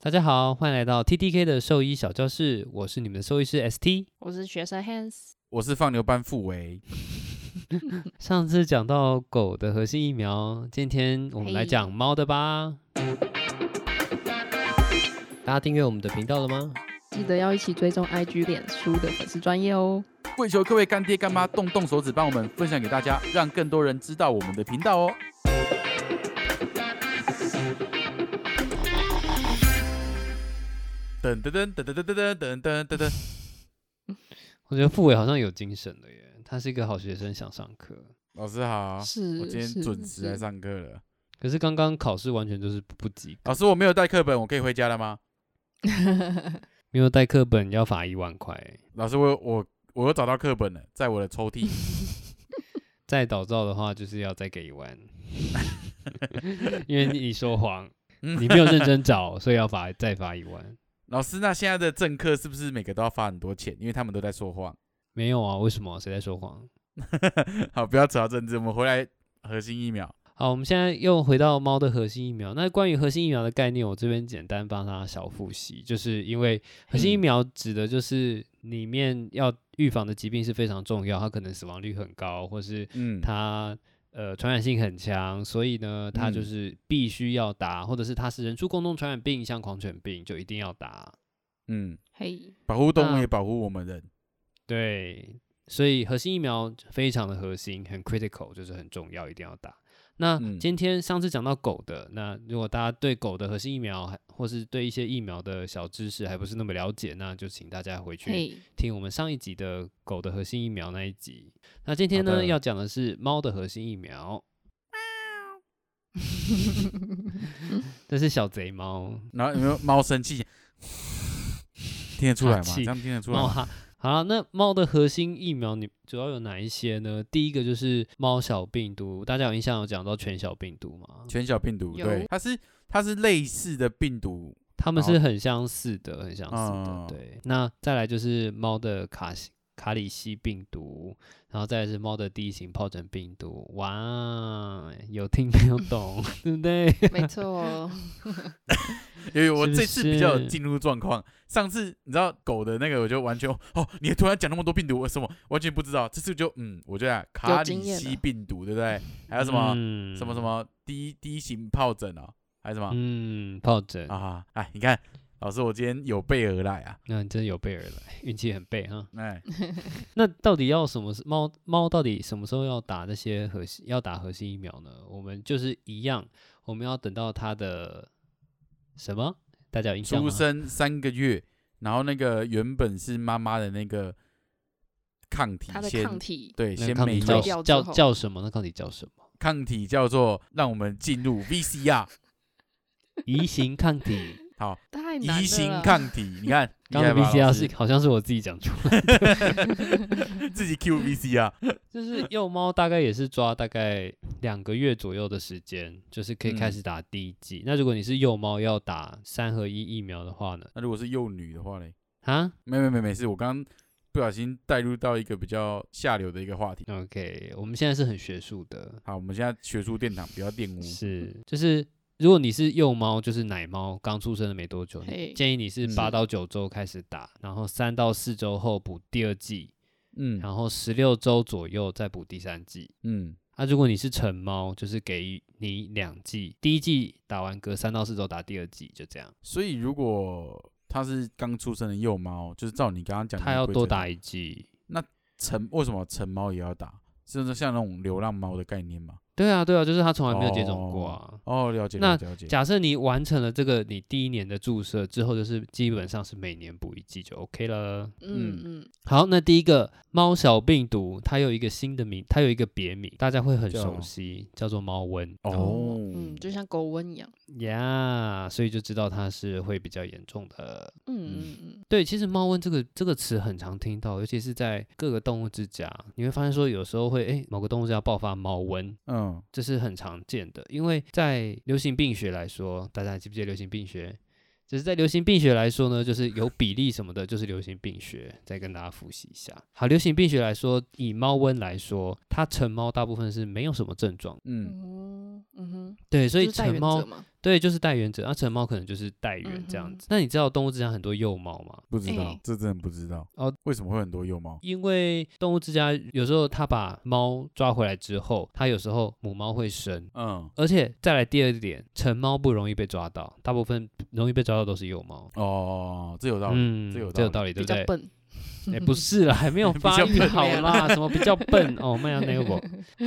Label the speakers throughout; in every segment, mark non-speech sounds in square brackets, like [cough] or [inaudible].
Speaker 1: 大家好，欢迎来到 TDK 的兽医小教室，我是你们的兽医师 ST。
Speaker 2: 我是学生 Hans，
Speaker 3: 我是放牛班傅维，
Speaker 1: 上次讲到狗的核心疫苗，今天我们来
Speaker 2: 嘿
Speaker 1: 讲猫的吧。大家订阅我们的频道了吗？
Speaker 2: 记得要一起追踪 IG、脸书的粉丝专业哦。
Speaker 3: 跪求各位干爹干妈动动手指帮我们分享给大家，让更多人知道我们的频道哦。噔噔噔噔噔噔噔噔噔噔噔，
Speaker 1: 我觉得傅伟好像有精神了耶，他是一个好学生，想上课。
Speaker 3: 老师好，
Speaker 2: 是，
Speaker 3: 我今天
Speaker 2: 是
Speaker 3: 准时来。
Speaker 2: 是
Speaker 3: 上课了。
Speaker 1: 可是刚刚考试完全就是不不及格，
Speaker 3: 老师，我没有带课本，我可以回家了吗？
Speaker 1: 没有带课本要罚一万块。
Speaker 3: 老师，我我我又找到课本了，在我的抽屉。
Speaker 1: 再倒照的话，就是要再给一 [laughs] 万，因为你说 [laughs] 谎，
Speaker 3: 嗯
Speaker 1: 你没有认真找，所以要罚再罚一万。
Speaker 3: 老师，那现在的政客是不是每个都要发很多钱？因为他们都在说谎。
Speaker 1: 没有啊？为什么？谁在说谎？
Speaker 3: 好，不要扯到政治，我们回来核心疫苗。
Speaker 1: 好，我们现在又回到猫的核心疫苗。那关于核心疫苗的概念，我这边简单帮大家小复习，就是因为核心疫
Speaker 2: 嗯
Speaker 1: 苗指的就是里面要预防的疾病是非常重要，它可能死亡率很高，或是
Speaker 3: 嗯，
Speaker 1: 它呃传染性很强，所以呢，它就
Speaker 3: 嗯
Speaker 1: 是必须要打，或者是它是人畜共同传染病，像狂犬病就一定要打。
Speaker 3: 嗯，
Speaker 2: [laughs] 嘿，
Speaker 3: 保护动
Speaker 1: 那
Speaker 2: 嗯
Speaker 3: 物也保护我们人。
Speaker 1: 对，所以核心疫苗非常的核心，很 critical，就是很重要，一定要打。那
Speaker 3: 嗯
Speaker 1: 今天上次讲到狗的，那如果大家对狗的核心疫苗还或是对一些疫苗的小知识还不是那么了解，那就请大家回去
Speaker 2: 嘿，
Speaker 3: [laughs]
Speaker 1: 听我们上一集的狗的核心疫苗那一集。那今天
Speaker 3: 好
Speaker 1: 呢
Speaker 3: 的
Speaker 1: 要讲的是猫的核心疫苗， [laughs] 这是小贼猫，
Speaker 3: 然后有没有猫生气？ [laughs] 听得出来
Speaker 1: 哈
Speaker 3: 吗？
Speaker 1: 气
Speaker 3: 这样听得出来
Speaker 1: 猫
Speaker 2: 哦
Speaker 3: 吗？
Speaker 1: 哈。好，啊那猫的核心疫苗你主要有哪一些呢？第一个就是猫小病毒，大家有印象有讲到犬小病毒吗？
Speaker 3: 全小病毒，
Speaker 2: 有
Speaker 3: 对，它是它是类似的病毒，
Speaker 1: 它们
Speaker 3: 然后
Speaker 1: 是很相似的，很相似的。
Speaker 3: 哦嗯
Speaker 1: 对，那再来就是猫的卡西卡里西病毒，然后再来是猫的第一型疱疹病毒。哇，有听没有懂， [laughs] 对不对？
Speaker 2: 没错， [laughs]
Speaker 3: 因为我
Speaker 1: 是不
Speaker 3: 这次比较
Speaker 1: 是
Speaker 3: 有进入状况。上次你知道狗的那个，我就完全哦，你突然讲那么多病毒，我什么完全不知道。这次就嗯，我觉得啊卡
Speaker 2: 有经
Speaker 3: 里
Speaker 2: 验
Speaker 3: 西
Speaker 2: 了
Speaker 3: 病毒，对不对？还有什么、
Speaker 1: 嗯
Speaker 3: 什么什？么低低型疱疹啊，还有什么、
Speaker 1: 嗯，疱疹，
Speaker 3: 啊？哎，你看老师，我今天有备而来啊。
Speaker 1: 那你真的有备而来，运气很备哈。
Speaker 3: 哎，
Speaker 1: 那到底要什么时猫猫到底什么时候要打这些核心要打核心疫苗呢？我们就是一样，我们要等到它的什么？大家有印象吗？
Speaker 3: 出生三个月，然后那个原本是妈妈的那个抗体
Speaker 2: 它的
Speaker 3: 先
Speaker 2: 抗体
Speaker 3: 对
Speaker 1: 那个
Speaker 3: 先
Speaker 1: 抗
Speaker 3: 没
Speaker 1: 体
Speaker 2: 退
Speaker 3: 有
Speaker 1: 叫
Speaker 2: 掉之
Speaker 1: 叫
Speaker 2: 后
Speaker 1: 叫什么？那抗体叫什
Speaker 3: [laughs]
Speaker 1: 么？
Speaker 3: 抗体叫做让我们进入 VCR
Speaker 1: 移形抗体。
Speaker 3: 好
Speaker 2: [laughs] 太难了啦。
Speaker 3: 移形抗体，你
Speaker 1: [laughs]
Speaker 3: 看
Speaker 1: 刚才
Speaker 3: 厉害吧
Speaker 1: VCR
Speaker 3: 老
Speaker 1: 是
Speaker 3: 师
Speaker 1: 好像是我自己讲出来，
Speaker 3: 自己 Q VCR，
Speaker 1: 就是幼猫大概也是抓大概两个月左右的时间，就是可以开
Speaker 3: 嗯
Speaker 1: 始打第一剂。那如果你是幼猫要打三合一疫苗的话呢？
Speaker 3: [laughs] 那如果是幼女的话嘞，
Speaker 1: 啊，
Speaker 3: 没没没没事，我刚刚不小心带入到一个比较下流的一个话题。
Speaker 1: OK，我们现在是很学术的，
Speaker 3: 好，我们现在学术殿堂，不要玷污。
Speaker 1: 是就是如果你是幼猫，就是奶猫，刚出生的没多久，
Speaker 2: 嘿，
Speaker 1: 建议你是
Speaker 3: 嗯
Speaker 1: 八到九周开始打，然后三到四周后补第二剂，
Speaker 3: 嗯
Speaker 1: 然后十六周左右再补第三剂。
Speaker 3: 嗯，
Speaker 1: 那、如果你是成猫，就是给你两剂，第一剂打完隔三到四周打第二剂，就这样。
Speaker 3: 所以如果它是刚出生的幼猫，就是照你刚刚讲的，
Speaker 1: 它要多打一剂。
Speaker 3: 成为什么成猫也要打？是那像那种流浪猫的概念吗？
Speaker 1: 对啊，对啊，就是它从来没有接种过啊。
Speaker 3: 哦，了解，
Speaker 1: 那
Speaker 3: 了解了解。
Speaker 1: 假设你完成了这个你第一年的注射之后，就是基本上是每年补一剂就 OK 了。
Speaker 2: 嗯嗯，
Speaker 1: 好，那第一个猫小病毒，它有一个新的名，它有一个别名，大家会很
Speaker 3: 叫
Speaker 1: 熟悉，叫做猫瘟。
Speaker 3: 哦，
Speaker 2: 嗯，就像狗瘟一样。
Speaker 1: 呀所以就知道它是会比较严重的。
Speaker 2: 嗯嗯嗯，
Speaker 1: 对，其实猫瘟这个这个词很常听到，尤其是在各个动物之家，你会发现说有时候会诶，某个动物之家爆发猫瘟，
Speaker 3: 嗯，
Speaker 1: 这是很常见的。因为在流行病学来说，大家还记不记得流行病学？就是在流行病学来说呢，就是有比例什么的，就是流行病学。再跟大家复习一下。好，流行病学来说，以猫瘟来说，它成猫大部分是没有什么症状，
Speaker 3: 嗯
Speaker 2: 嗯嗯哼，
Speaker 1: 对，所以
Speaker 2: 就是带
Speaker 1: 成
Speaker 2: 原则
Speaker 1: 猫
Speaker 2: 嘛。
Speaker 1: 对，就是带原者，那、成猫可能就是带原这样
Speaker 2: 嗯
Speaker 1: 子。那你知道动物之家很多幼猫吗？
Speaker 3: 不知道
Speaker 2: 哎，
Speaker 3: 这真的不知道
Speaker 1: 哦。
Speaker 3: 为什么会很多幼猫？
Speaker 1: 因为动物之家有时候它把猫抓回来之后，它有时候母猫会生，
Speaker 3: 嗯，
Speaker 1: 而且再来第二点，成猫不容易被抓到，大部分容易被抓到都是幼猫。
Speaker 3: 哦，这有道理。
Speaker 1: 嗯
Speaker 3: 这有道理
Speaker 1: 这有道理，对不
Speaker 2: 比
Speaker 1: 对
Speaker 2: 较？笨，
Speaker 1: 哎、不是啦，还没有
Speaker 3: 比
Speaker 1: 发
Speaker 3: 较
Speaker 1: 育
Speaker 3: 笨
Speaker 1: 好
Speaker 2: 没有
Speaker 3: [laughs]
Speaker 1: 啦，什么比较笨哦，麦芽 n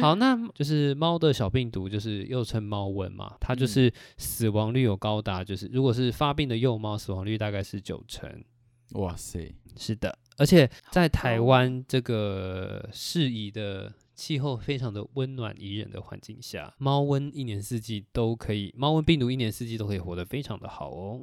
Speaker 1: 好，那就是猫的小病毒，就是又称猫瘟嘛，它就
Speaker 3: 嗯
Speaker 1: 是死亡率有高达，就是如果是发病的幼猫，死亡率大概是九成。
Speaker 3: 哇塞，
Speaker 1: 是的，而且在台
Speaker 2: 高哦
Speaker 1: 湾这个适宜的气候非常的温暖宜人的环境下，猫瘟一年四季都可以，猫瘟病毒一年四季都可以活得非常的好哦。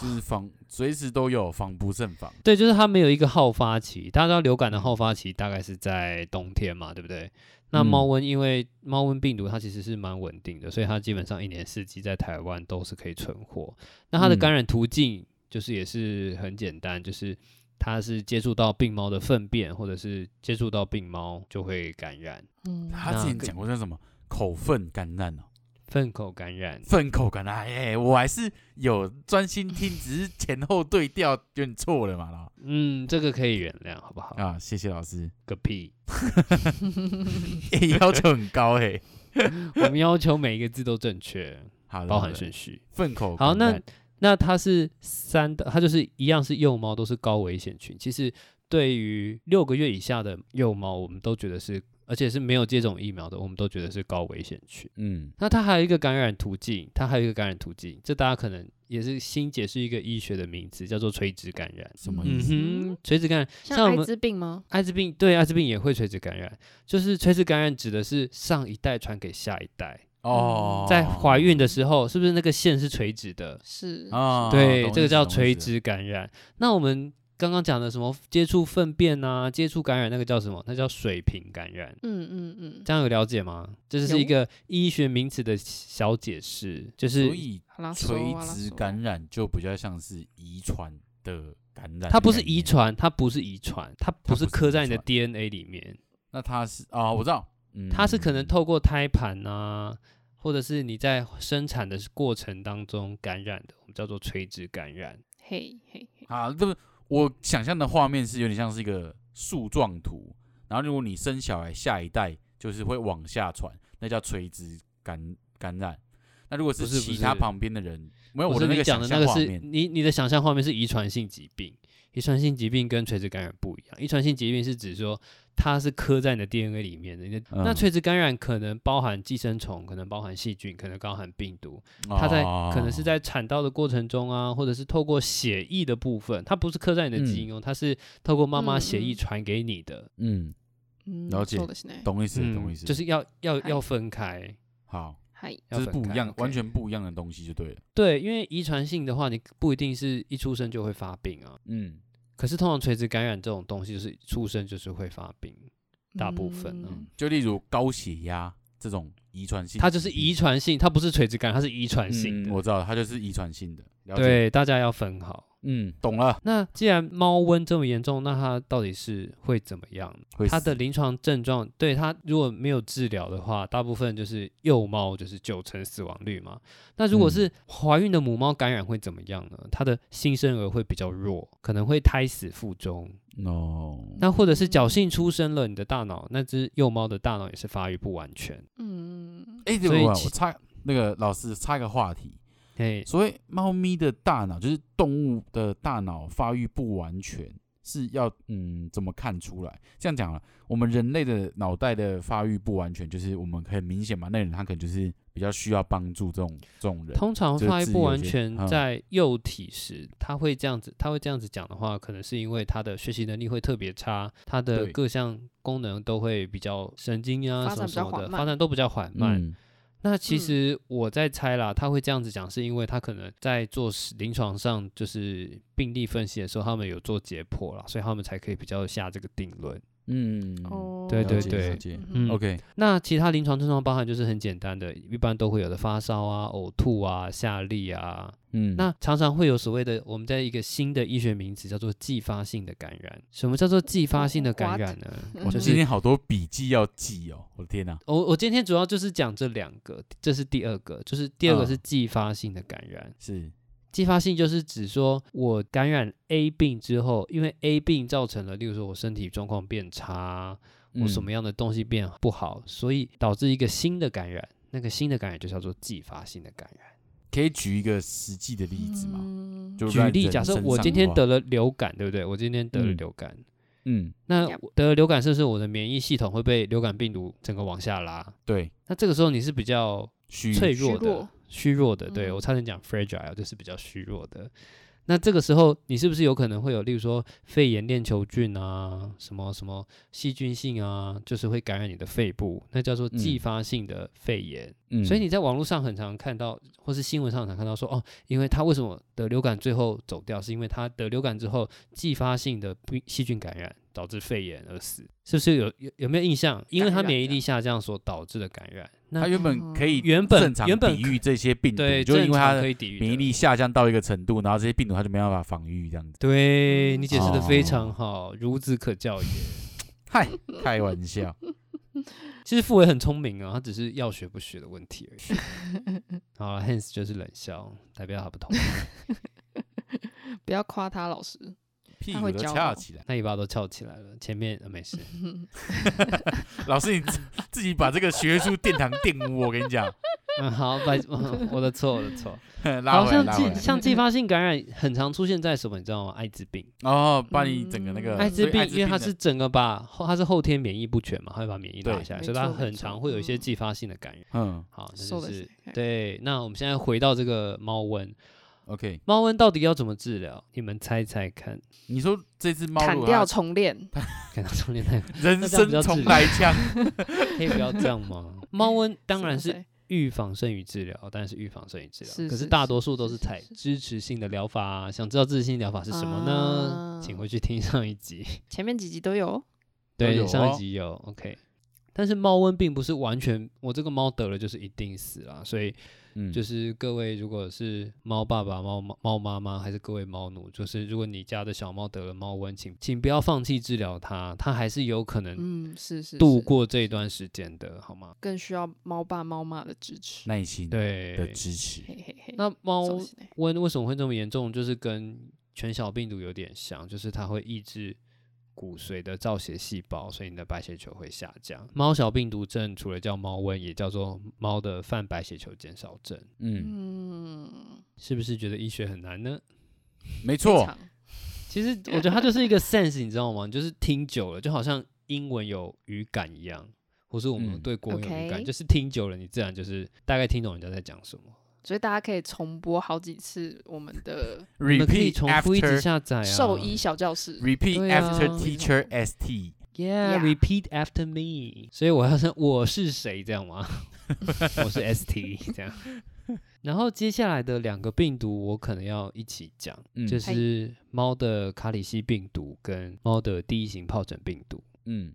Speaker 3: 就是防随时都有，防不胜防。
Speaker 1: 对，就是它没有一个好发期。大家知道流感的好发期大概是在冬天嘛，对不对？那
Speaker 3: 嗯
Speaker 1: 猫瘟因为猫瘟病毒它其实是蛮稳定的，所以它基本上一年四季在台湾都是可以存活。那它的
Speaker 3: 嗯
Speaker 1: 感染途径就是也是很简单，就是它是接触到病猫的粪便，或者是接触到病猫就会感染，
Speaker 2: 嗯，
Speaker 3: 他之前
Speaker 1: 那
Speaker 3: 讲过叫什么口粪感染哦，
Speaker 1: 粪口感染。
Speaker 3: 粪口感染。哎，我还是有专心听，只是前后对调有点错了嘛啦。
Speaker 1: 嗯，这个可以原谅，好不好？
Speaker 3: 啊，谢谢老师， [laughs]
Speaker 1: 个屁！ [laughs]
Speaker 3: 哎要求很高哎。
Speaker 1: 我们要求每一个字都正确，
Speaker 3: [laughs] 好的，
Speaker 1: 包
Speaker 3: 好
Speaker 1: 含
Speaker 3: 的
Speaker 1: 顺序。
Speaker 3: 粪口
Speaker 1: 好，
Speaker 3: 感
Speaker 1: 那
Speaker 3: 染。
Speaker 1: 那它是三的，它就是一样是幼猫，都是高危险群。其实对于六个月以下的幼猫，我们都觉得是，而且是没有接种疫苗的，我们都觉得是高危险群。
Speaker 3: 嗯，
Speaker 1: 那它还有一个感染途径，它还有一个感染途径，这大家可能也是新解释一个医学的名词，叫做垂直感染。
Speaker 3: 什么意
Speaker 1: 嗯
Speaker 3: 思？
Speaker 1: 哼，垂直感染，像
Speaker 2: 像
Speaker 1: 我
Speaker 2: 艾
Speaker 1: 们
Speaker 2: 滋病吗？
Speaker 1: 艾滋病对艾滋病也会垂直感染，就是垂直感染指的是上一代传给下一代，
Speaker 3: 哦，
Speaker 1: 在怀孕的时候，是不是那个线是垂直的？
Speaker 2: 是，
Speaker 3: 啊，
Speaker 1: 对，
Speaker 3: 懂
Speaker 1: 这
Speaker 3: 意
Speaker 1: 个
Speaker 3: 思
Speaker 1: 叫
Speaker 3: 懂意
Speaker 1: 垂
Speaker 3: 思
Speaker 1: 直感染。那我们刚刚讲的什么接触粪便啊、接触感染，那个叫什么？那叫水平感染。
Speaker 2: 嗯嗯嗯，
Speaker 1: 这样有了解吗？这是
Speaker 2: 有
Speaker 1: 一个医学名词的小解释，就是
Speaker 3: 所以
Speaker 2: 好啦，
Speaker 3: 垂
Speaker 2: 说啊啦
Speaker 3: 直
Speaker 2: 说
Speaker 3: 感染就比较像是遗传的感染的概念，
Speaker 1: 它不是遗传，它不是遗传，它不
Speaker 3: 它
Speaker 1: 是
Speaker 3: 不是
Speaker 1: 刻
Speaker 3: 遗
Speaker 1: 在你的
Speaker 3: 传
Speaker 1: DNA 里面，
Speaker 3: 那它是啊，我知道，嗯
Speaker 1: 它是可能透过胎盘啊，或者是你在生产的过程当中感染的，我们叫做垂直感染。
Speaker 2: 嘿嘿嘿，
Speaker 3: 啊，这不，我想象的画面是有点像是一个树状图，然后如果你生小孩，下一代就是会往下传，那叫垂直感感染。那如果
Speaker 1: 不
Speaker 3: 是
Speaker 1: 是不
Speaker 3: 其他
Speaker 1: 是
Speaker 3: 旁边的人，没有
Speaker 1: 不
Speaker 3: 我
Speaker 1: 是
Speaker 3: 的那
Speaker 1: 你
Speaker 3: 个
Speaker 1: 讲的
Speaker 3: 想
Speaker 1: 那
Speaker 3: 象
Speaker 1: 个
Speaker 3: 画
Speaker 1: 是
Speaker 3: 面，
Speaker 1: 你你的想象画面是遗传性疾病，遗传性疾病跟垂直感染不一样。遗传性疾病是指说它是刻在你的 DNA 里面的，你的、那
Speaker 3: 嗯
Speaker 1: 垂直感染可能包含寄生虫，可能包含细菌，可能包含病毒。它在、可能是
Speaker 3: 哦
Speaker 1: 在产道的过程中啊，或者是透过血液的部分，它不是刻在你的基因哦，它是透过妈妈
Speaker 2: 嗯
Speaker 1: 血液
Speaker 2: 嗯
Speaker 1: 传给你的。嗯
Speaker 3: 嗯，
Speaker 2: 嗯，
Speaker 3: 了解
Speaker 2: 说的是呢，
Speaker 3: 懂意思，懂意思，
Speaker 1: 就是要要
Speaker 2: 嗨
Speaker 1: 要分开，
Speaker 3: 好，
Speaker 2: 嗨，
Speaker 1: 要
Speaker 3: 就是
Speaker 1: 分
Speaker 3: 不一
Speaker 1: 开
Speaker 3: 样，
Speaker 1: ，OK
Speaker 3: 完全不一样的东西就对了。
Speaker 1: 对，因为遗传性的话，你不一定是一出生就会发病啊。
Speaker 3: 嗯，
Speaker 1: 可是通常垂直感染这种东西，就是出生就是会发病，大部分呢、
Speaker 2: 嗯
Speaker 3: 就例如高血压这种遗传性疾病，
Speaker 1: 它就是遗传性，它不是垂直感染，它是遗传性
Speaker 3: 嗯，
Speaker 1: 的。
Speaker 3: 我知道，它就是遗传性的。了解，
Speaker 1: 对，大家要分好。
Speaker 3: 嗯，懂了。
Speaker 1: 那既然猫瘟这么严重，那它到底是会怎么样？
Speaker 3: 会
Speaker 1: 它的
Speaker 3: 死
Speaker 1: 临床症状，对它如果没有治疗的话，大部分就是幼猫就是九成死亡率嘛。那如果
Speaker 3: 嗯
Speaker 1: 是怀孕的母猫感染会怎么样呢？它的新生儿会比较弱，可能会胎死腹中。
Speaker 3: 哦，
Speaker 1: 那或者是侥
Speaker 2: 嗯
Speaker 1: 幸出生了，你的大脑那只幼猫的大脑也是发育不完全。
Speaker 2: 嗯，
Speaker 3: 哎，
Speaker 1: 所
Speaker 3: 对
Speaker 1: 以
Speaker 3: 我
Speaker 1: 其
Speaker 3: 我插那个老师插一个话题，
Speaker 1: 嘿，
Speaker 3: 所谓猫咪的大脑就是动物的大脑发育不完全，是要嗯怎么看出来？这样讲了，我们人类的脑袋的发育不完全，就是我们很明显嘛，那个人他可能就是比较需要帮助这种这种人。
Speaker 1: 通常
Speaker 3: 就是
Speaker 1: 发育
Speaker 3: 自
Speaker 1: 不
Speaker 3: 由
Speaker 1: 完
Speaker 3: 些
Speaker 1: 全
Speaker 3: 嗯
Speaker 1: 在幼体时，他会这样子，他会这样子讲的话，可能是因为他的学习能力会特别差，他的
Speaker 3: 对
Speaker 1: 各项功能都会比较神经啊
Speaker 2: 发
Speaker 1: 什么
Speaker 2: 展比
Speaker 1: 什
Speaker 2: 较
Speaker 1: 么的
Speaker 2: 缓
Speaker 1: 发
Speaker 2: 慢
Speaker 1: 展都比较缓慢。
Speaker 3: 嗯，
Speaker 1: 那其
Speaker 2: 嗯
Speaker 1: 实我在猜啦，他会这样子讲，是因为他可能在做实临床上就是病例分析的时候，他们有做解剖啦，所以他们才可以比较下这个定论。
Speaker 3: 嗯，
Speaker 2: 哦，
Speaker 1: 对对
Speaker 3: 了解
Speaker 1: 对
Speaker 3: 了解
Speaker 2: 嗯
Speaker 1: 嗯
Speaker 3: OK，
Speaker 1: 那其他临床症状包含就是很简单的，一般都会有的发烧啊、呕吐啊、下痢啊。
Speaker 3: 嗯，
Speaker 1: 那常常会有所谓的，我们在一个新的医学名词叫做继发性的感染。什么叫做继发性的感
Speaker 2: What？
Speaker 1: 染呢？
Speaker 3: 我
Speaker 1: 就
Speaker 3: 今
Speaker 1: 是
Speaker 3: 天好多笔记要记哦，我的天哪、
Speaker 1: 我我今天主要就是讲这两个，这是第二个，就是第二个
Speaker 3: 嗯
Speaker 1: 是继发性的感染。
Speaker 3: 是，
Speaker 1: 继发性就是指说我感染 A 病之后，因为 A 病造成了，例如说我身体状况变差，我什么
Speaker 3: 样？
Speaker 1: 样的东西变不好，所以导致一个新的感染，那个新的感染就叫做继发性的感染。
Speaker 3: 可以举一个实际的例子吗？
Speaker 2: 吗
Speaker 3: 就
Speaker 1: 举
Speaker 3: 在
Speaker 1: 例，
Speaker 3: 人
Speaker 1: 假设
Speaker 3: 身
Speaker 1: 我
Speaker 3: 上
Speaker 1: 今
Speaker 3: 的
Speaker 1: 天
Speaker 3: 话
Speaker 1: 得了流感，对不对？我今天得了
Speaker 3: 嗯
Speaker 1: 流感，
Speaker 3: 嗯，
Speaker 1: 那
Speaker 2: Yep
Speaker 1: 我得了流感是不是我的免疫系统会被流感病毒整个往下拉？
Speaker 3: 对，
Speaker 1: 那这个时候你是比较
Speaker 3: 虚
Speaker 1: 脆弱
Speaker 2: 虚
Speaker 1: 的
Speaker 2: 弱、
Speaker 1: 虚弱的，对
Speaker 2: 嗯
Speaker 1: 我差点讲 fragile，就是比较虚弱的。那这个时候，你是不是有可能会有，例如说肺炎链球菌啊，什么什么细菌性啊，就是会感染你的肺部，那叫做继
Speaker 3: 嗯
Speaker 1: 发性的肺炎。
Speaker 3: 嗯，
Speaker 1: 所以你在网络上很常看到，或是新闻上很常看到说，哦，因为他为什么得流感最后走掉，是因为他得流感之后继发性的病细菌感染导致肺炎而死，是不是有有有没有印象？因为他
Speaker 2: 感染
Speaker 1: 免疫力下降所导致的感染，
Speaker 3: 他
Speaker 1: 那
Speaker 3: 原本可以
Speaker 1: 哦原本
Speaker 3: 正常
Speaker 1: 原本
Speaker 3: 抵御这些病毒
Speaker 1: 对，，
Speaker 3: 就因
Speaker 1: 正
Speaker 3: 为他
Speaker 1: 常
Speaker 3: 的
Speaker 1: 可以抵御的
Speaker 3: 免疫力。下降到一个程度，然后这些病毒它就没办法防御，这样子。
Speaker 1: 对你解释的非常
Speaker 3: 哦
Speaker 1: 好，孺子可教也。
Speaker 3: 嗨，开玩
Speaker 1: [laughs]
Speaker 3: 笑，
Speaker 1: 其实傅维很聪明啊，他只是要学不学的问题而已。好了，Hans 就是冷笑，代表他不同，
Speaker 2: [laughs] 不要夸他老师，
Speaker 3: 屁
Speaker 2: 他
Speaker 3: 股
Speaker 2: 会
Speaker 3: 都
Speaker 2: 骄
Speaker 3: 翘
Speaker 2: 傲
Speaker 3: 起来。
Speaker 1: 那尾巴都翘起来了。前面、呃、没事，
Speaker 3: 老师，你 [laughs] 自自己把这个学术殿堂玷污，我跟你讲， [laughs]
Speaker 1: 嗯，好，把、嗯 [laughs] 我的错，我的错。
Speaker 3: 拉
Speaker 1: 好
Speaker 3: 回
Speaker 1: 像
Speaker 3: 来，拉回
Speaker 1: 继
Speaker 3: 来。
Speaker 1: 像继发性感染很常出现在什么，你知道吗？艾滋病，
Speaker 3: 哦，把你整个那个
Speaker 2: 呃
Speaker 1: 艾
Speaker 3: 所
Speaker 1: 滋
Speaker 3: 以
Speaker 1: 病，因为它
Speaker 3: 的
Speaker 1: 是整个把后它是后天免疫不全嘛，它会把免疫
Speaker 3: 对
Speaker 1: 打下来，
Speaker 2: 没
Speaker 1: 所以它
Speaker 2: 错没
Speaker 1: 很
Speaker 2: 错
Speaker 1: 常会有一些
Speaker 2: 嗯
Speaker 1: 继发性的感染。
Speaker 3: 嗯
Speaker 1: 好，这
Speaker 2: 受
Speaker 1: 就
Speaker 2: 的
Speaker 1: 是
Speaker 2: 谁？哎，
Speaker 1: 对。那我们现在回到这个猫瘟，
Speaker 3: ，OK，
Speaker 1: 猫瘟到底要怎么治疗？你们猜猜看。
Speaker 3: 你说这只猫
Speaker 2: 砍
Speaker 3: 如果
Speaker 2: 掉
Speaker 3: 它
Speaker 2: 重练，
Speaker 1: 看到中间那个，
Speaker 3: 人
Speaker 1: 那这样比较
Speaker 3: 生重
Speaker 1: 自
Speaker 3: 来枪，
Speaker 1: 可以不要这样吗？猫 [laughs] 瘟当然是
Speaker 2: 谁
Speaker 1: 预防胜于治疗，当然是预防胜于治疗。
Speaker 2: 是
Speaker 1: 可
Speaker 2: 是
Speaker 1: 大
Speaker 2: 是
Speaker 1: 多数都
Speaker 2: 是
Speaker 1: 是
Speaker 2: 是
Speaker 1: 采
Speaker 2: 是
Speaker 1: 支持性的疗法啊。想知道支持性疗法是什么呢？请
Speaker 2: 啊
Speaker 1: 回去听上一集。
Speaker 2: 前面几集都有，
Speaker 3: 都
Speaker 1: 对，
Speaker 3: 有
Speaker 1: 上一
Speaker 3: 哦
Speaker 1: 集有 OK。但是猫瘟并不是完全，我这个猫得了就是一定死啦，所以
Speaker 3: 嗯
Speaker 1: 就是各位如果是猫爸爸、猫妈猫妈妈，还是各位猫奴，就是如果你家的小猫得了猫瘟，请请不要放弃治疗它，它还是有可能
Speaker 2: 嗯，是是
Speaker 1: 度
Speaker 2: 是
Speaker 1: 过这一段时间的，好吗？
Speaker 2: 更需要猫爸猫妈的支持，
Speaker 3: 耐心
Speaker 1: 嗯
Speaker 3: 的
Speaker 1: 对，
Speaker 3: 支持。
Speaker 2: 嘿嘿嘿，
Speaker 1: 那猫
Speaker 2: 收起来
Speaker 1: 瘟为什么会这么严重？就是跟全小病毒有点像，就是它会抑制骨髓的造血细胞，所以你的白血球会下降。猫小病毒症除了叫猫瘟，也叫做猫的泛白血球减少症。
Speaker 3: 嗯，
Speaker 2: 嗯，
Speaker 1: 是不是觉得医学很难呢？
Speaker 3: 没
Speaker 2: 非
Speaker 3: 错，
Speaker 2: 常
Speaker 1: 其实我觉得它就是一个 sense，你知道吗？你就是听久了，就好像英文有语感一样，或是我们
Speaker 3: 嗯
Speaker 1: 对国文有语感，
Speaker 2: OK
Speaker 1: 就是听久了，你自然就是大概听懂人家在讲什么。
Speaker 2: 所以大家可以重播好几次我们的
Speaker 1: 你们可以
Speaker 3: Repeat
Speaker 1: 重复一直
Speaker 3: after
Speaker 1: 下载啊。
Speaker 2: 兽医小教室，
Speaker 3: repeat
Speaker 1: 对啊
Speaker 3: after
Speaker 1: 我
Speaker 3: teacher st。
Speaker 1: Yeah,
Speaker 2: Yeah.
Speaker 1: repeat after me。所以我要说我是谁这样吗？ [laughs] 我是 ST
Speaker 3: [laughs]
Speaker 1: 这样。然后接下来的两个病毒，我可能要一起讲，
Speaker 3: 嗯
Speaker 1: 就
Speaker 2: 嗨
Speaker 1: 是猫的卡里西病毒跟猫的第一型疱疹病毒。
Speaker 3: 嗯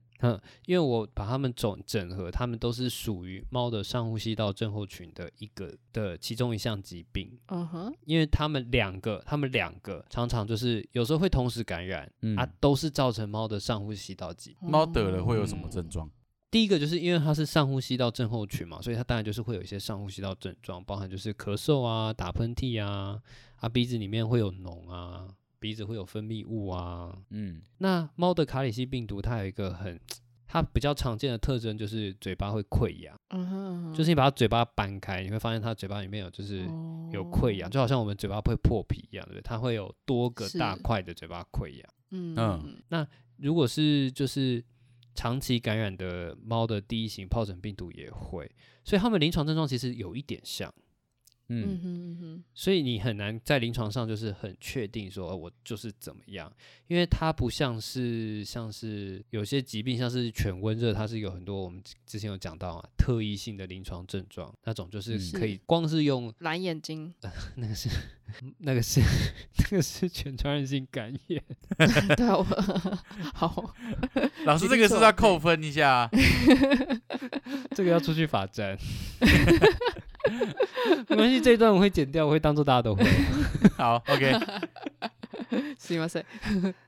Speaker 1: 因为我把它们整整合，它们都是属于猫的上呼吸道症候群的一个的其中一项疾病。
Speaker 2: 嗯哼，
Speaker 1: 因为它们两个，它们两个常常就是有时候会同时感染、
Speaker 3: 嗯
Speaker 1: 啊，都是造成猫的上呼吸道疾病。
Speaker 3: 猫得了会有什么症
Speaker 1: 哦
Speaker 3: 状？
Speaker 1: 第一个就是因为它是上呼吸道症候群嘛，所以它当然就是会有一些上呼吸道症状，包含就是咳嗽啊、打喷嚏啊、啊鼻子里面会有脓啊、鼻子会有分泌物啊。
Speaker 3: 嗯
Speaker 1: 那猫的卡里西病毒它有一个很它比较常见的特征就是嘴巴会溃疡，
Speaker 2: 嗯哼？嗯哼，
Speaker 1: 就是你把它嘴巴扳开，你会发现它嘴巴里面有就是
Speaker 2: 哦
Speaker 1: 有溃疡，就好像我们嘴巴会破皮一样，对不对？它会有多个
Speaker 2: 是
Speaker 1: 大块的嘴巴溃疡。
Speaker 2: 嗯
Speaker 3: 嗯
Speaker 1: 如果是就是长期感染的猫的第一型疱疹病毒也会，所以它们临床症状其实有一点像，
Speaker 2: 嗯
Speaker 3: 嗯
Speaker 2: 哼嗯哼，
Speaker 1: 所以你很难在临床上就是很确定说、哦我就是怎么样，因为它不像是像是有些疾病像是犬瘟热，它是有很多我们之之前有讲到啊特异性的临床症状，那种就是
Speaker 3: 嗯
Speaker 1: 可以光是用 [laughs]
Speaker 2: 蓝眼睛，
Speaker 1: 那个是 [laughs] 那个是这个是全传染性感染，
Speaker 2: [laughs] 对啊，我好，嗯
Speaker 3: 老师这个是不是要扣分一下
Speaker 1: [laughs]
Speaker 3: 啊，
Speaker 1: 这个要出去罚站。 [laughs] 没关系，这一段我会剪掉，我会当做大家都会。
Speaker 3: 好，OK，
Speaker 2: 是吗？是，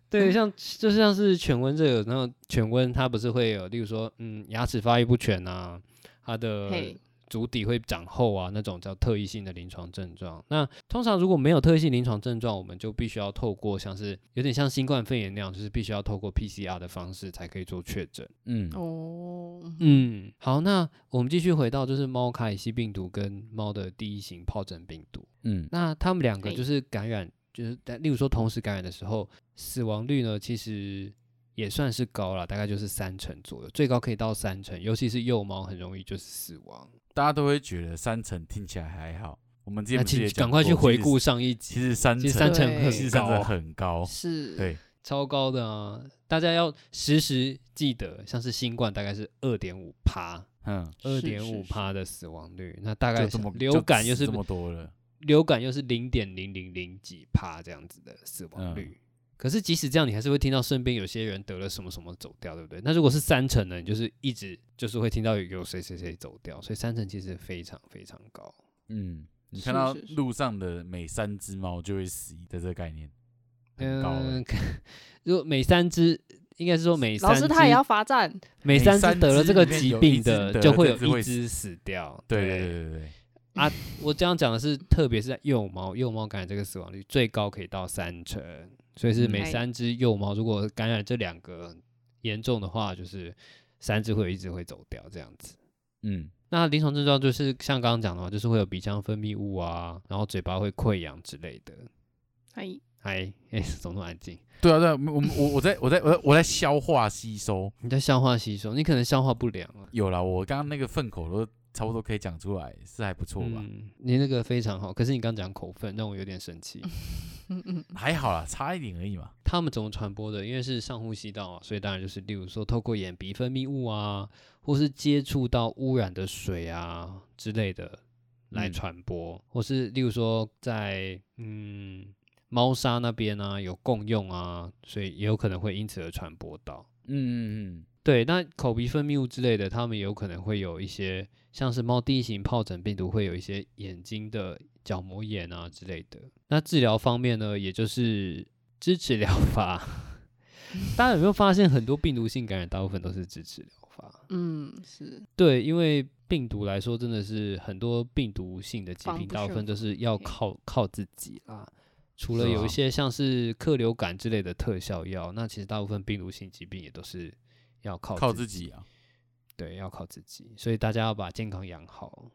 Speaker 1: 对，像就像是犬瘟这个，然后犬瘟它不是会有，例如说，嗯，牙齿发育不全啊，它
Speaker 3: 呃
Speaker 1: 的
Speaker 2: 嘿，
Speaker 1: 足底会长厚啊，那种叫特异性的临床症状。那通常如果没有特异性临床症状，我们就必须要透过像是有点像新冠肺炎那样，就是必须要透过 PCR 的方式才可以做确诊。
Speaker 3: 嗯，
Speaker 2: 哦，
Speaker 1: 嗯，好，那我们继续回到就是猫卡乙西病毒跟猫的第一型疱疹病毒，
Speaker 3: 嗯，
Speaker 1: 那它们两个
Speaker 2: 嘿
Speaker 1: 就是感染，就是但例如说同时感染的时候，死亡率呢其实也算是高了，大概就是三成左右，最高可以到三成，尤其是幼猫很容易就是死亡。
Speaker 3: 大家都会觉得三层听起来还好。我们之
Speaker 1: 那
Speaker 3: 前不是
Speaker 1: 请
Speaker 3: 也
Speaker 1: 赶
Speaker 3: 讲
Speaker 1: 快
Speaker 3: 过
Speaker 1: 去回
Speaker 3: 其实
Speaker 1: 顾上一集
Speaker 3: 其。实三
Speaker 1: 其
Speaker 3: 层
Speaker 1: 实三成
Speaker 2: 对
Speaker 1: 很
Speaker 3: 其实三
Speaker 1: 高，
Speaker 3: 层很高，
Speaker 2: 是，
Speaker 3: 哦对，
Speaker 1: 超高的啊！大家要时时记得，像是新冠大概是二点五趴，
Speaker 3: 嗯，
Speaker 1: 二
Speaker 2: 是
Speaker 1: 点
Speaker 2: 是
Speaker 1: 五
Speaker 2: 是
Speaker 1: 趴的死亡率，那大概
Speaker 3: 就这么
Speaker 1: 是流感又
Speaker 3: 就是这么多了，
Speaker 1: 流感又是零点零零零几趴这样子的死亡
Speaker 3: 嗯
Speaker 1: 率。可是即使这样，你还是会听到身边有些人得了什么什么走掉，对不对？那如果是三成呢，你就是一直就是会听到有有谁谁谁走掉，所以三成其实非常非常高。
Speaker 3: 嗯，你
Speaker 2: 是
Speaker 3: 看到
Speaker 2: 是是
Speaker 3: 路上的每三只猫就会死一的这个概念，很高欸了
Speaker 1: 嗯，如果每三只，应该是说每三
Speaker 2: 老
Speaker 1: 只
Speaker 2: 师他也要罚站，
Speaker 1: 每
Speaker 3: 每
Speaker 1: 三只
Speaker 3: 三
Speaker 1: 得了
Speaker 3: 只
Speaker 1: 这个
Speaker 3: 里面
Speaker 1: 疾
Speaker 3: 有一
Speaker 1: 病
Speaker 3: 只
Speaker 1: 的，
Speaker 3: 得
Speaker 1: 就
Speaker 3: 了
Speaker 1: 会
Speaker 3: 这只
Speaker 1: 有一
Speaker 3: 会
Speaker 1: 只死掉。
Speaker 3: 对对对对对，
Speaker 1: 我这样讲的是，特别是在幼猫，幼猫感染这个死亡率最高可以到三成，所以是
Speaker 3: 嗯
Speaker 1: 每
Speaker 2: 哎
Speaker 1: 三只幼猫如果感染这两个严重的话，就是三只会有一只会走掉这样子。
Speaker 3: 嗯
Speaker 1: 那临床症状就是像刚刚讲的嘛，就是会有鼻腔分泌物啊，然后嘴巴会溃疡之类的。
Speaker 3: [laughs]
Speaker 2: 哎，
Speaker 1: 哎哎，怎么那么安静？
Speaker 3: 对啊对啊，我们我们我我在我在我在我在消化吸收，
Speaker 1: 你在消化吸收，你可能消化不良啊。
Speaker 3: 有啦，我刚刚那个粪口都差不多可以讲出来，是还不错吧？
Speaker 1: 嗯，你那个非常好，可是你刚讲口粪，让我有点生气。
Speaker 2: 嗯嗯，
Speaker 3: 还好啦，差一点而已嘛。
Speaker 1: 他们怎么传播的？因为是上呼吸道啊，所以当然就是例如说透过眼鼻分泌物啊，或是接触到污染的水啊之类的来
Speaker 3: 嗯
Speaker 1: 传播，或是例如说在嗯猫砂那边啊有共用啊，所以也有可能会因此而传播到。
Speaker 3: 嗯嗯
Speaker 1: 对，那口鼻分泌物之类的，它们有可能会有一些，像是猫第一型疱疹病毒会有一些眼睛的角膜炎啊之类的。那治疗方面呢，也就是支持疗法。 [laughs] 大家有没有发现，很多病毒性感染大部分都是支持疗法？
Speaker 2: 嗯，是，
Speaker 1: 对，因为病毒来说，真的是很多病毒性的疾
Speaker 2: 防
Speaker 1: 病，
Speaker 2: 不
Speaker 1: 大部
Speaker 2: 胜
Speaker 1: 分都是要
Speaker 2: 嘿
Speaker 1: 靠靠自己啦。除了
Speaker 3: 是
Speaker 1: 有
Speaker 3: 啊
Speaker 1: 一些像是克流感之类的特效药，那其实大部分病毒性疾病也都是要靠
Speaker 3: 嗯，靠自己啊。
Speaker 1: 对，要靠自己，所以大家要把健康养好。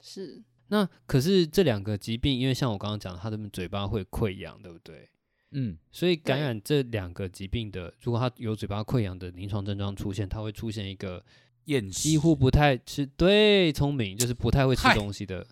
Speaker 2: 是，
Speaker 1: 那可是这两个疾病，因为像我刚刚讲的，它的嘴巴会溃疡，对不对？
Speaker 3: 嗯，
Speaker 1: 所以感
Speaker 2: 对
Speaker 1: 染这两个疾病的，如果它有嘴巴溃疡的临床症状出现，它会出现一个
Speaker 3: 厌食
Speaker 1: 几乎不太吃，对，聪明就是不太会吃
Speaker 3: 嗨
Speaker 1: 东西的。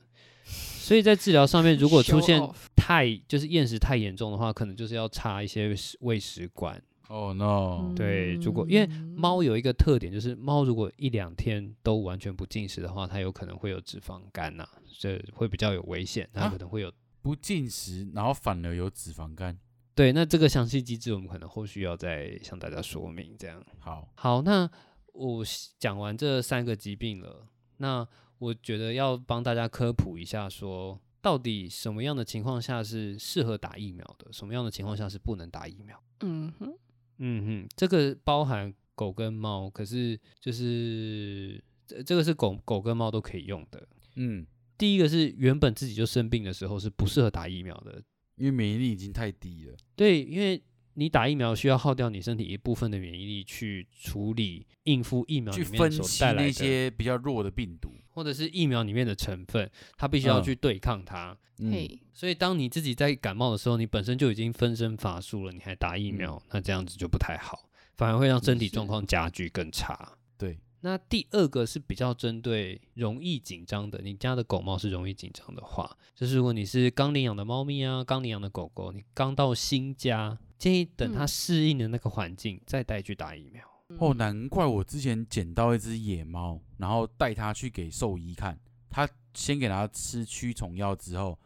Speaker 1: 所以在治疗上面，如果出
Speaker 2: Show
Speaker 1: 现
Speaker 2: off
Speaker 1: 太就是厌食太严重的话，可能就是要插一些食胃食管，
Speaker 3: 哦 no，
Speaker 1: 对
Speaker 2: 嗯
Speaker 1: 如果因为猫有一个特点，就是猫如果一两天都完全不进食的话，它有可能会有脂肪肝呐、这会比较有危险，它
Speaker 3: 啊
Speaker 1: 可能会有。
Speaker 3: 不进食，然后反而有脂肪肝。
Speaker 1: 对，那这个详细机制我们可能后续要再向大家说明。这样，
Speaker 3: 好，
Speaker 1: 好，那我讲完这三个疾病了，那我觉得要帮大家科普一下说到底什么样的情况下是适合打疫苗的，什么样的情况下是不能打疫苗。
Speaker 2: 嗯哼，
Speaker 1: 嗯哼，这个包含狗跟猫，可是就是这这个是狗狗跟猫都可以用的。
Speaker 3: 嗯，
Speaker 1: 第一个是原本自己就生病的时候是不适合打疫苗的，
Speaker 3: 因为免疫力已经太低了。
Speaker 1: 对，因为你打疫苗需要耗掉你身体一部分的免疫力去处理应付疫苗
Speaker 3: 去
Speaker 1: 里
Speaker 3: 分
Speaker 1: 面所
Speaker 3: 析
Speaker 1: 带来
Speaker 3: 那
Speaker 1: 的，
Speaker 3: 些比较弱的病毒。
Speaker 1: 或者是疫苗里面的成分，它必须要
Speaker 3: 嗯
Speaker 1: 去对抗它。
Speaker 3: 嗯，
Speaker 2: 嘿，
Speaker 1: 所以，当你自己在感冒的时候，你本身就已经分身乏术了，你还打
Speaker 3: 嗯
Speaker 1: 疫苗，那这样子就不太好，反而会让身体
Speaker 3: 是
Speaker 1: 状况加剧更差。
Speaker 3: 对，
Speaker 1: 那第二个是比较针对容易紧张的，你家的狗猫是容易紧张的话，就是如果你是刚领养的猫咪啊，刚领养的狗狗，你刚到新家，建议等它
Speaker 2: 嗯
Speaker 1: 适应的那个环境、再带去打疫苗。
Speaker 3: 哦，难怪我之前捡到一只野猫，然后带它去给兽医看，他先给它吃驱虫药之后，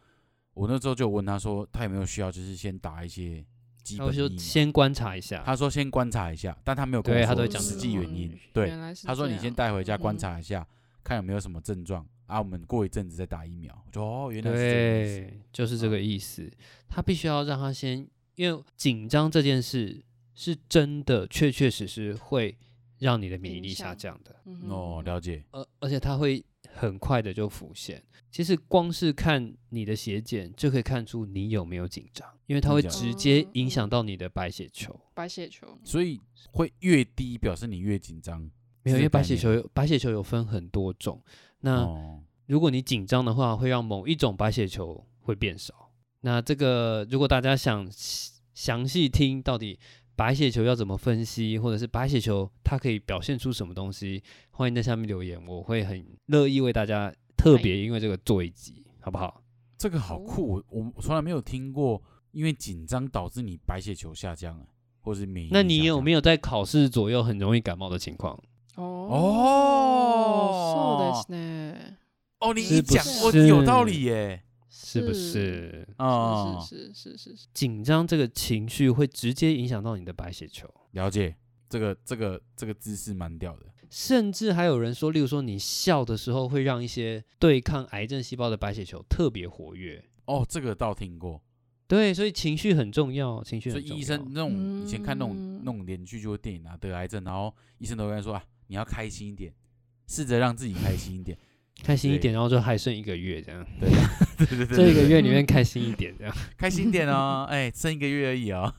Speaker 3: 我那时候就问他说，他有没有需要，就是先打一些基
Speaker 1: 他
Speaker 3: 本
Speaker 1: 会说
Speaker 3: 疫苗
Speaker 1: 先观察一下，
Speaker 3: 他说先观察一下，但他没有跟我
Speaker 1: 对
Speaker 3: 说
Speaker 1: 他都会讲
Speaker 3: 实
Speaker 1: 这
Speaker 3: 际
Speaker 1: 种
Speaker 3: 原因
Speaker 2: 嗯。
Speaker 3: 对，
Speaker 2: 原来是
Speaker 3: 他说
Speaker 2: 这
Speaker 3: 你先
Speaker 2: 样
Speaker 3: 带回家观
Speaker 2: 嗯
Speaker 3: 察一下，看有没有什么症状啊，我们过一阵子再打疫苗。我就哦，原来是这个意思嗯
Speaker 1: 对，就是这个意思。他必须要让他先，因为紧张这件事是真的，确确实实会让你的免疫
Speaker 2: 影
Speaker 1: 力下
Speaker 2: 响
Speaker 1: 降的。
Speaker 2: 嗯哼
Speaker 3: 哦，了解。
Speaker 1: 而而且它会很快的就浮现。其实光是看你的血检就可以看出你有没有紧张，因为它会
Speaker 3: 真假
Speaker 1: 直接
Speaker 2: 嗯
Speaker 1: 影响
Speaker 2: 嗯
Speaker 1: 到你的白血
Speaker 3: 哦
Speaker 1: 球。
Speaker 2: 白血球，
Speaker 3: 所以会越低表示你越紧张。
Speaker 1: 没有，
Speaker 3: 是
Speaker 1: 因为
Speaker 3: 这概
Speaker 1: 白血
Speaker 3: 念
Speaker 1: 球嗯有白血球有分很多种。那
Speaker 3: 哦，
Speaker 1: 如果你紧张的话，会让某一种白血球会变少。那这个如果大家想细详细听到底白血球要怎么分析，或者是白血球它可以表现出什么东西，欢迎在下面留言，我会很乐意为大家特
Speaker 2: 嗨
Speaker 1: 别因为这个做一集，好不好？
Speaker 3: 这个
Speaker 2: 哦
Speaker 3: 好酷，我我我从来没有听过，因为紧张导致你白血球下降啊，或是免疫。
Speaker 1: 那你有没
Speaker 3: 有？
Speaker 1: 有在考试左右很容易感冒的情况？
Speaker 2: そ
Speaker 3: 哦
Speaker 2: うですね，
Speaker 3: 哦，你一
Speaker 1: 是不
Speaker 3: 讲，我
Speaker 1: 是
Speaker 3: 有道理耶。
Speaker 1: 是不？是
Speaker 3: 哦，
Speaker 2: 是是是是是，
Speaker 1: 紧张这个情绪会直接影响到你的白血球？
Speaker 3: 了解。这个这个这个姿势蛮屌的。
Speaker 1: 甚至还有人说，例如说你笑的时候会让一些对抗癌症细胞的白血球特别活跃。
Speaker 3: 哦，这个倒听过。
Speaker 1: 对，所以情绪很重要，情绪
Speaker 3: 所
Speaker 1: 很
Speaker 3: 以
Speaker 1: 重要。
Speaker 3: 医生那种以前看那种
Speaker 2: 嗯
Speaker 3: 那种连续剧或电影啊，得癌症，然后医生都会跟他说啊，你要开心一点，试着让自己开心
Speaker 1: [laughs]
Speaker 3: 一点。
Speaker 1: 开心一
Speaker 3: 对
Speaker 1: 点，然后就还剩一个月
Speaker 3: [laughs]
Speaker 1: 这样，
Speaker 3: 对对对对对，
Speaker 1: 这一个
Speaker 3: 对
Speaker 1: 月里面开心一点这样。 [laughs]
Speaker 3: 开心一点哦，哎，剩一个月而已哦。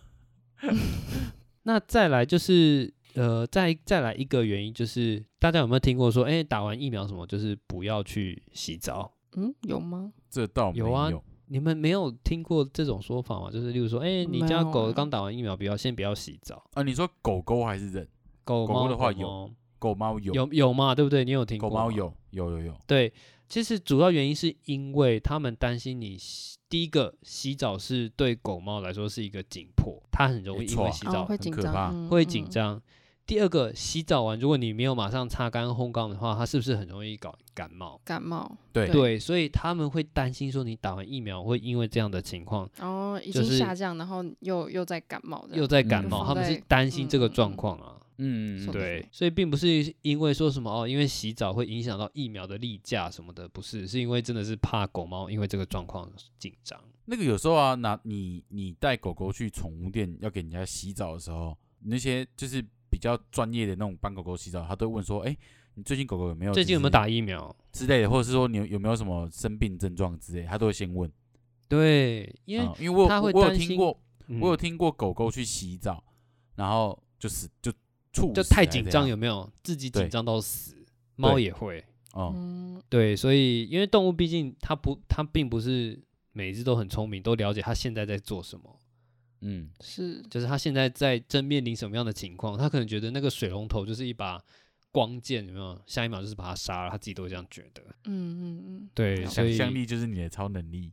Speaker 3: [laughs]
Speaker 1: 那再来就是呃，再再来一个原因就是，大家有没有听过说，哎，打完疫苗什么就是不要去洗澡？
Speaker 2: 嗯，有吗？
Speaker 3: 这倒没
Speaker 1: 有啊你们没有听过这种说法吗？就是例如说，哎、你
Speaker 2: 没
Speaker 1: 家
Speaker 2: 有
Speaker 1: 狗
Speaker 2: 啊
Speaker 1: 刚打完疫苗，不要先不要洗澡。
Speaker 3: 啊，你说狗狗还是人？
Speaker 1: 狗
Speaker 3: 狗
Speaker 1: 猫
Speaker 3: 的话有
Speaker 1: 猫
Speaker 3: 狗猫有，
Speaker 1: 有有嘛？对不对？你有听过？
Speaker 3: 狗猫。有，有有有。
Speaker 1: 对，其实主要原因是因为他们担心你洗第一个洗澡是对狗猫来说是一个紧迫，它很容
Speaker 3: 没
Speaker 1: 易因
Speaker 3: 错
Speaker 1: 为
Speaker 3: 啊
Speaker 1: 洗
Speaker 2: 哦
Speaker 1: 澡、
Speaker 2: 会
Speaker 3: 很
Speaker 2: 紧
Speaker 3: 可怕
Speaker 2: 张，嗯
Speaker 1: 会紧。
Speaker 2: 嗯
Speaker 1: 张。第二个，洗澡完如果你没有马上擦干烘干的话，它是不是很容易搞感冒？
Speaker 2: 感冒
Speaker 3: 对
Speaker 2: 对
Speaker 1: 对，所以他们会担心说你打完疫苗会因为这样的情况
Speaker 2: 哦，已
Speaker 1: 就
Speaker 2: 经
Speaker 1: 是
Speaker 2: 下降，然后又又在感冒的，
Speaker 1: 又在感
Speaker 3: 嗯
Speaker 1: 冒，他
Speaker 2: 放
Speaker 1: 们是
Speaker 2: 在
Speaker 1: 担心这个
Speaker 2: 嗯嗯
Speaker 1: 状
Speaker 2: 嗯
Speaker 1: 况啊。
Speaker 3: 嗯，
Speaker 2: 说
Speaker 3: 嗯
Speaker 2: 得
Speaker 1: 对
Speaker 2: 嗯，
Speaker 1: 所以并不是因为说什么哦，因为洗澡会影响到疫苗的例假什么的，不是，是因为真的是怕狗猫因为这个状况紧张。
Speaker 3: 那个有时候啊，拿你你带狗狗去宠物店要给人家洗澡的时候，那些就是比较专业的那种帮狗狗洗澡，他都会问说，哎，你最近狗狗有没有
Speaker 1: 最近有没有
Speaker 3: 就是
Speaker 1: 打疫苗？
Speaker 3: 之类的，或者是说你有有没有什么生病症状之类，他都会先问。
Speaker 1: 对，因为、
Speaker 3: 嗯、因为我有
Speaker 1: 他会
Speaker 3: 我有
Speaker 1: 担
Speaker 3: 听
Speaker 1: 心
Speaker 3: 过，
Speaker 1: 嗯
Speaker 3: 我有听过狗狗去洗澡，然后就是就猝
Speaker 1: 就
Speaker 3: 死
Speaker 1: 太
Speaker 3: 还是
Speaker 1: 紧
Speaker 3: 怎
Speaker 1: 张，
Speaker 3: 样
Speaker 1: 有没有自己
Speaker 3: 对
Speaker 1: 紧张到死？猫
Speaker 3: 对
Speaker 1: 也会，
Speaker 3: 哦、
Speaker 2: 嗯，
Speaker 1: 对，所以因为动物毕竟它不，它并不是每只都很聪明，都了解它现在在做什么。
Speaker 3: 嗯，
Speaker 2: 是
Speaker 1: 就是他现在在正面临什么样的情况，他可能觉得那个水龙头就是一把光剑，有没有？下一秒就是把他杀了，他自己都会这样觉得。
Speaker 2: 嗯嗯
Speaker 1: 对，所
Speaker 3: 想象
Speaker 1: 以
Speaker 3: 力就是你的超能力。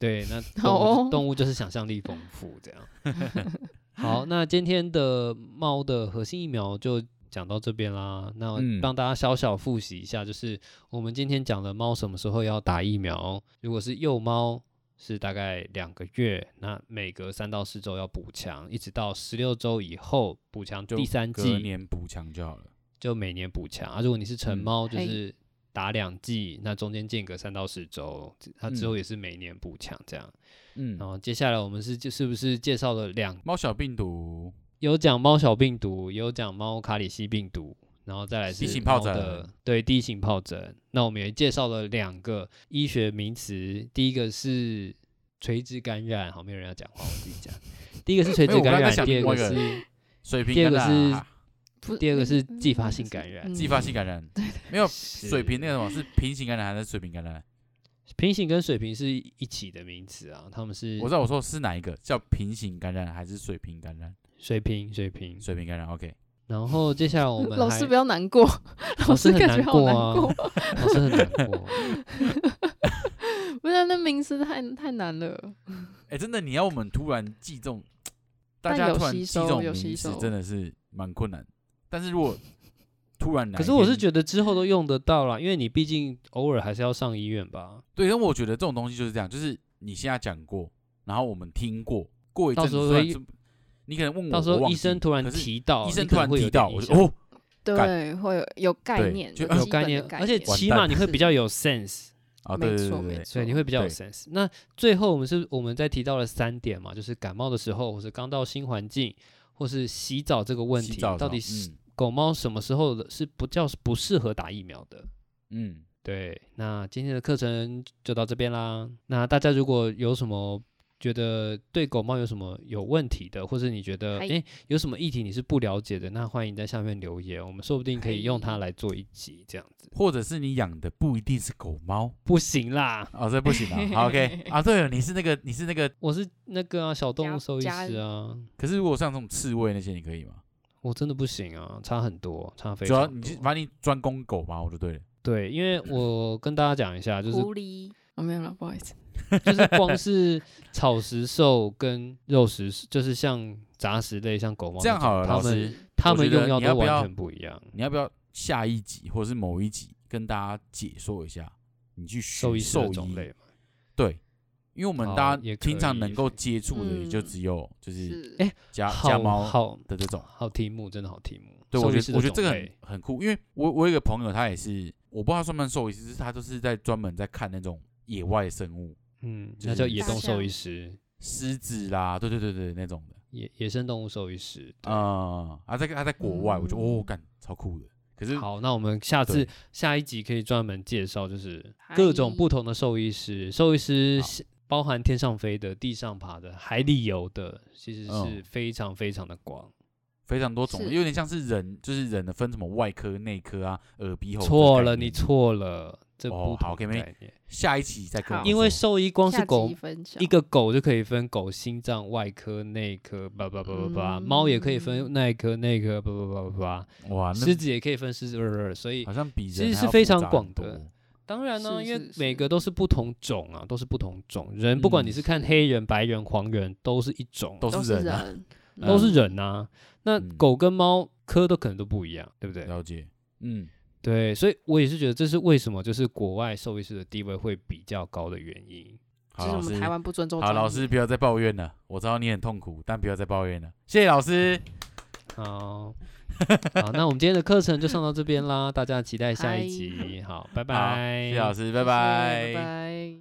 Speaker 1: 对，
Speaker 2: [laughs]
Speaker 1: 那动
Speaker 2: 好
Speaker 1: 物就、
Speaker 2: 哦
Speaker 1: 动物就是想象力丰富这样。
Speaker 2: [laughs]
Speaker 1: 好，那今天的猫的核心疫苗就讲到这边啦。那
Speaker 3: 嗯
Speaker 1: 帮大家小小复习一下，就是我们今天讲的猫什么时候要打疫苗，如果是幼猫。是大概两个月，那每隔三到四周要补强，一直到十六周以后补强
Speaker 3: 就
Speaker 1: 第三
Speaker 3: 隔
Speaker 1: 季，
Speaker 3: 年补强就好了。
Speaker 1: 就每年补强。啊，如果你是成
Speaker 3: 嗯
Speaker 1: 猫，就
Speaker 2: 嘿
Speaker 1: 是打两季，那中间间隔三到四周，它之
Speaker 3: 嗯
Speaker 1: 后也是每年补强这样。
Speaker 3: 嗯
Speaker 1: 然，后接下来我们是就是不是介绍了两
Speaker 3: 猫小病毒，
Speaker 1: 有讲猫小病毒，也有讲猫卡里西病毒，然后再来是
Speaker 3: 低型疱疹
Speaker 1: 猫的，对，低型疱疹。那我们也介绍了两个医学名词，第一个是垂直感染，好，没有人要讲话，我自己讲。第一个是垂直
Speaker 3: 没有我
Speaker 1: 感
Speaker 3: 刚才
Speaker 1: 染，
Speaker 3: 想
Speaker 1: 第二
Speaker 3: 另外
Speaker 1: 个
Speaker 3: 一个
Speaker 1: 是
Speaker 2: [laughs]
Speaker 3: 水平
Speaker 1: 第二
Speaker 3: 感
Speaker 1: 个
Speaker 3: 染啊、
Speaker 2: 不，
Speaker 1: 第二个是
Speaker 2: 嗯
Speaker 1: 继发性感染
Speaker 3: 继发性感染，没有水平那
Speaker 1: 是
Speaker 3: 个什么是平行感染还是水平感染？
Speaker 1: 平行跟水平是一起的名词啊，他们是
Speaker 3: 我知道我说是哪一个叫平行感染还是水平感染？
Speaker 1: 水平水平。
Speaker 3: 水平感染，OK，
Speaker 1: 然后接下来我们
Speaker 2: 老
Speaker 1: 还
Speaker 2: 师不要难过，
Speaker 1: 老
Speaker 2: 老
Speaker 1: 师
Speaker 2: 师
Speaker 1: 很
Speaker 2: 感觉
Speaker 1: 难
Speaker 2: 好
Speaker 1: 过
Speaker 2: 难
Speaker 1: 啊
Speaker 2: 过。 [laughs]
Speaker 1: 老师很难过。
Speaker 2: 不是那名词太太难了，
Speaker 3: 哎、真的你要我们突然记这种，大
Speaker 2: 但
Speaker 3: 家
Speaker 2: 有
Speaker 3: 突然记
Speaker 2: 吸
Speaker 3: 这
Speaker 2: 收
Speaker 3: 种
Speaker 2: 有
Speaker 3: 名
Speaker 2: 吸
Speaker 3: 词
Speaker 2: 收
Speaker 3: 真的是蛮困难。但是如果突然来，
Speaker 1: 可是我是觉得之后都用得到啦，因为你毕竟偶尔还是要上医院吧。
Speaker 3: 对，但我觉得这种东西就是这样，就是你现在讲过，然后我们听过，过一
Speaker 1: 到
Speaker 3: 阵
Speaker 1: 时候
Speaker 3: 子突然
Speaker 1: 会
Speaker 3: 这你可能问我，
Speaker 1: 到时
Speaker 3: 嗯我
Speaker 1: 候
Speaker 3: 忘
Speaker 1: 医
Speaker 3: 记
Speaker 1: 生突然
Speaker 3: 可是
Speaker 1: 提到，
Speaker 3: 医生
Speaker 1: 你
Speaker 3: 突
Speaker 1: 可
Speaker 3: 然
Speaker 1: 能会有
Speaker 3: 提
Speaker 1: 点
Speaker 3: 到，
Speaker 1: 影
Speaker 3: 我
Speaker 1: 响
Speaker 3: 说哦，
Speaker 2: 对，会有有概
Speaker 3: 对
Speaker 2: 念，
Speaker 3: 就
Speaker 1: 有
Speaker 2: 基本
Speaker 1: 概
Speaker 2: 的
Speaker 1: 念，
Speaker 2: 概
Speaker 1: 而且
Speaker 3: 完
Speaker 1: 起
Speaker 3: 蛋
Speaker 1: 码你会
Speaker 2: 是
Speaker 1: 比较有 sense，
Speaker 3: 啊，
Speaker 2: 没
Speaker 3: 对对
Speaker 2: 错
Speaker 3: 对
Speaker 2: 没
Speaker 3: 对，
Speaker 1: 所以你
Speaker 2: 错
Speaker 1: 会比较有
Speaker 3: 对
Speaker 1: sense。那最后我们是我们在提到了三点嘛，就是感冒的时候，或是刚到新环境，或是洗澡这个问
Speaker 3: 洗
Speaker 1: 题，
Speaker 3: 澡
Speaker 1: 到
Speaker 3: 澡
Speaker 1: 底是
Speaker 3: 嗯
Speaker 1: 狗猫什么时候的是不叫不适合打疫苗的？
Speaker 3: 嗯，
Speaker 1: 对，那今天的课程就到这边啦。那大家如果有什么觉得对狗猫有什么有问题的，或是你觉得
Speaker 2: 嗨
Speaker 1: 诶有什么议题你是不了解的，那欢迎在下面留言，我们说不定可以用它来做一集这样子。
Speaker 3: 或者是你养的不一定是狗猫
Speaker 1: 不行啦，
Speaker 3: 哦，这不行啊。 [laughs] 好 OK 啊，对了，你是那个你是那个，
Speaker 1: 我是那个啊小动物
Speaker 2: 家
Speaker 1: 兽医
Speaker 2: 家
Speaker 1: 师啊，
Speaker 3: 可是如果像这种刺猬那些，你可以吗？
Speaker 1: 我真的不行啊，差很多，差非
Speaker 3: 主要
Speaker 1: 常
Speaker 3: 你
Speaker 1: 多
Speaker 3: 就。反正你专攻狗猫就对了。
Speaker 1: 对，因为我跟大家讲一下，就是
Speaker 2: 狐狸，我哦没有了，不好意思。
Speaker 1: 就是光是草食兽跟肉食，就是像杂食类，像狗猫
Speaker 3: 这样好了，
Speaker 1: 他
Speaker 3: 老
Speaker 1: 们
Speaker 3: 师，
Speaker 1: 他
Speaker 3: 我
Speaker 1: 们
Speaker 3: 觉得
Speaker 1: 用药
Speaker 3: 你要
Speaker 1: 都
Speaker 3: 不要
Speaker 1: 完全不一样。
Speaker 3: 你要不要下一集或者是某一集跟大家解说一下？你去学
Speaker 1: 兽医师的
Speaker 3: 兽
Speaker 1: 种
Speaker 3: 医
Speaker 1: 类嘛，
Speaker 3: 对，因为我们
Speaker 1: 好
Speaker 3: 大
Speaker 1: 也
Speaker 3: 家
Speaker 1: 可
Speaker 3: 平常
Speaker 1: 以
Speaker 3: 能够接触的也就
Speaker 2: 嗯
Speaker 3: 只有就是
Speaker 2: 是，
Speaker 1: 哎
Speaker 3: 家家
Speaker 1: 好
Speaker 3: 猫
Speaker 1: 好
Speaker 3: 的这种。
Speaker 1: 好题目，真的好题目。
Speaker 3: 对，
Speaker 1: 兽
Speaker 3: 我
Speaker 1: 医
Speaker 3: 觉
Speaker 1: 师
Speaker 3: 得
Speaker 1: 的
Speaker 3: 我觉得这
Speaker 1: 种
Speaker 3: 个很
Speaker 1: 类
Speaker 3: 很酷，因为我我有一个朋友，他也是，我不知道他算不算兽医师，就是他就是在专门在看那种野外生物，
Speaker 1: 嗯，
Speaker 3: 就
Speaker 1: 那叫
Speaker 3: 是
Speaker 1: 野
Speaker 2: 大
Speaker 1: 动兽医
Speaker 2: 象
Speaker 1: 师，
Speaker 3: 狮子啦，对对对对那种的，
Speaker 1: 野野生动物兽医师。对
Speaker 3: 啊、他在他在国外，我觉得哦，干超酷的。可是
Speaker 1: 好，那我们下
Speaker 3: 对
Speaker 1: 次下一集可以专门介绍，就是各种
Speaker 2: 嗨
Speaker 1: 不同的兽医师，兽医师
Speaker 3: 好
Speaker 1: 是包含天上飞的、地上爬的、海里游的，其实是
Speaker 3: 嗯
Speaker 1: 非常非常的广。
Speaker 3: 非常多种类，
Speaker 2: 是
Speaker 3: 有点像是人，就是人的分什么外科、内科啊，耳鼻喉。
Speaker 1: 错了，你。错了，这
Speaker 3: 哦
Speaker 1: 不
Speaker 3: 好
Speaker 1: 同
Speaker 3: ，OK，
Speaker 1: 的
Speaker 3: 没
Speaker 1: 概念。
Speaker 3: 下一期再跟
Speaker 2: 好
Speaker 3: 我
Speaker 1: 因为
Speaker 3: 说
Speaker 1: 兽医光
Speaker 2: 下
Speaker 1: 是狗
Speaker 2: 集分享
Speaker 1: 一个狗就可以分狗心脏外科、内科，叭叭叭叭叭；猫也可以分
Speaker 2: 嗯
Speaker 1: 内科、内科，叭叭叭叭叭；
Speaker 3: 哇，
Speaker 1: 狮
Speaker 3: 啊那啊
Speaker 1: 子也可以分狮子，不不不所以
Speaker 3: 好像比人
Speaker 1: 其实
Speaker 3: 还
Speaker 1: 是
Speaker 3: 要
Speaker 1: 非
Speaker 3: 复
Speaker 1: 常
Speaker 3: 杂
Speaker 1: 广
Speaker 3: 很多
Speaker 1: 的当然呢、
Speaker 2: 是
Speaker 1: 因为
Speaker 2: 是
Speaker 1: 每
Speaker 2: 是
Speaker 1: 个都是不同种啊，都是不同种。人不管你
Speaker 3: 嗯
Speaker 1: 是看黑人、白人、黄人，都是一种，
Speaker 3: 都
Speaker 2: 都
Speaker 3: 是人啊，
Speaker 2: 人，
Speaker 1: 都是
Speaker 2: 嗯
Speaker 1: 人呐、那
Speaker 3: 嗯
Speaker 1: 狗跟猫科都可能都不一样，对不对？
Speaker 3: 了解。嗯，
Speaker 1: 对，所以我也是觉得这是为什么就是国外兽医师的地位会比较高的原因。
Speaker 3: 好，
Speaker 2: 就是
Speaker 3: 老
Speaker 2: 我
Speaker 3: 师
Speaker 2: 们台湾不尊重。
Speaker 3: 好，老师，不要再抱怨了，我知道你很痛苦，但不要再抱怨了，谢谢老师。
Speaker 1: 好，好，那我们今天的课程就上到这边啦，大家期待下一集。好，拜
Speaker 3: 好，谢
Speaker 1: 拜，
Speaker 3: 谢老师，拜
Speaker 2: 拜
Speaker 3: 拜。
Speaker 2: 拜。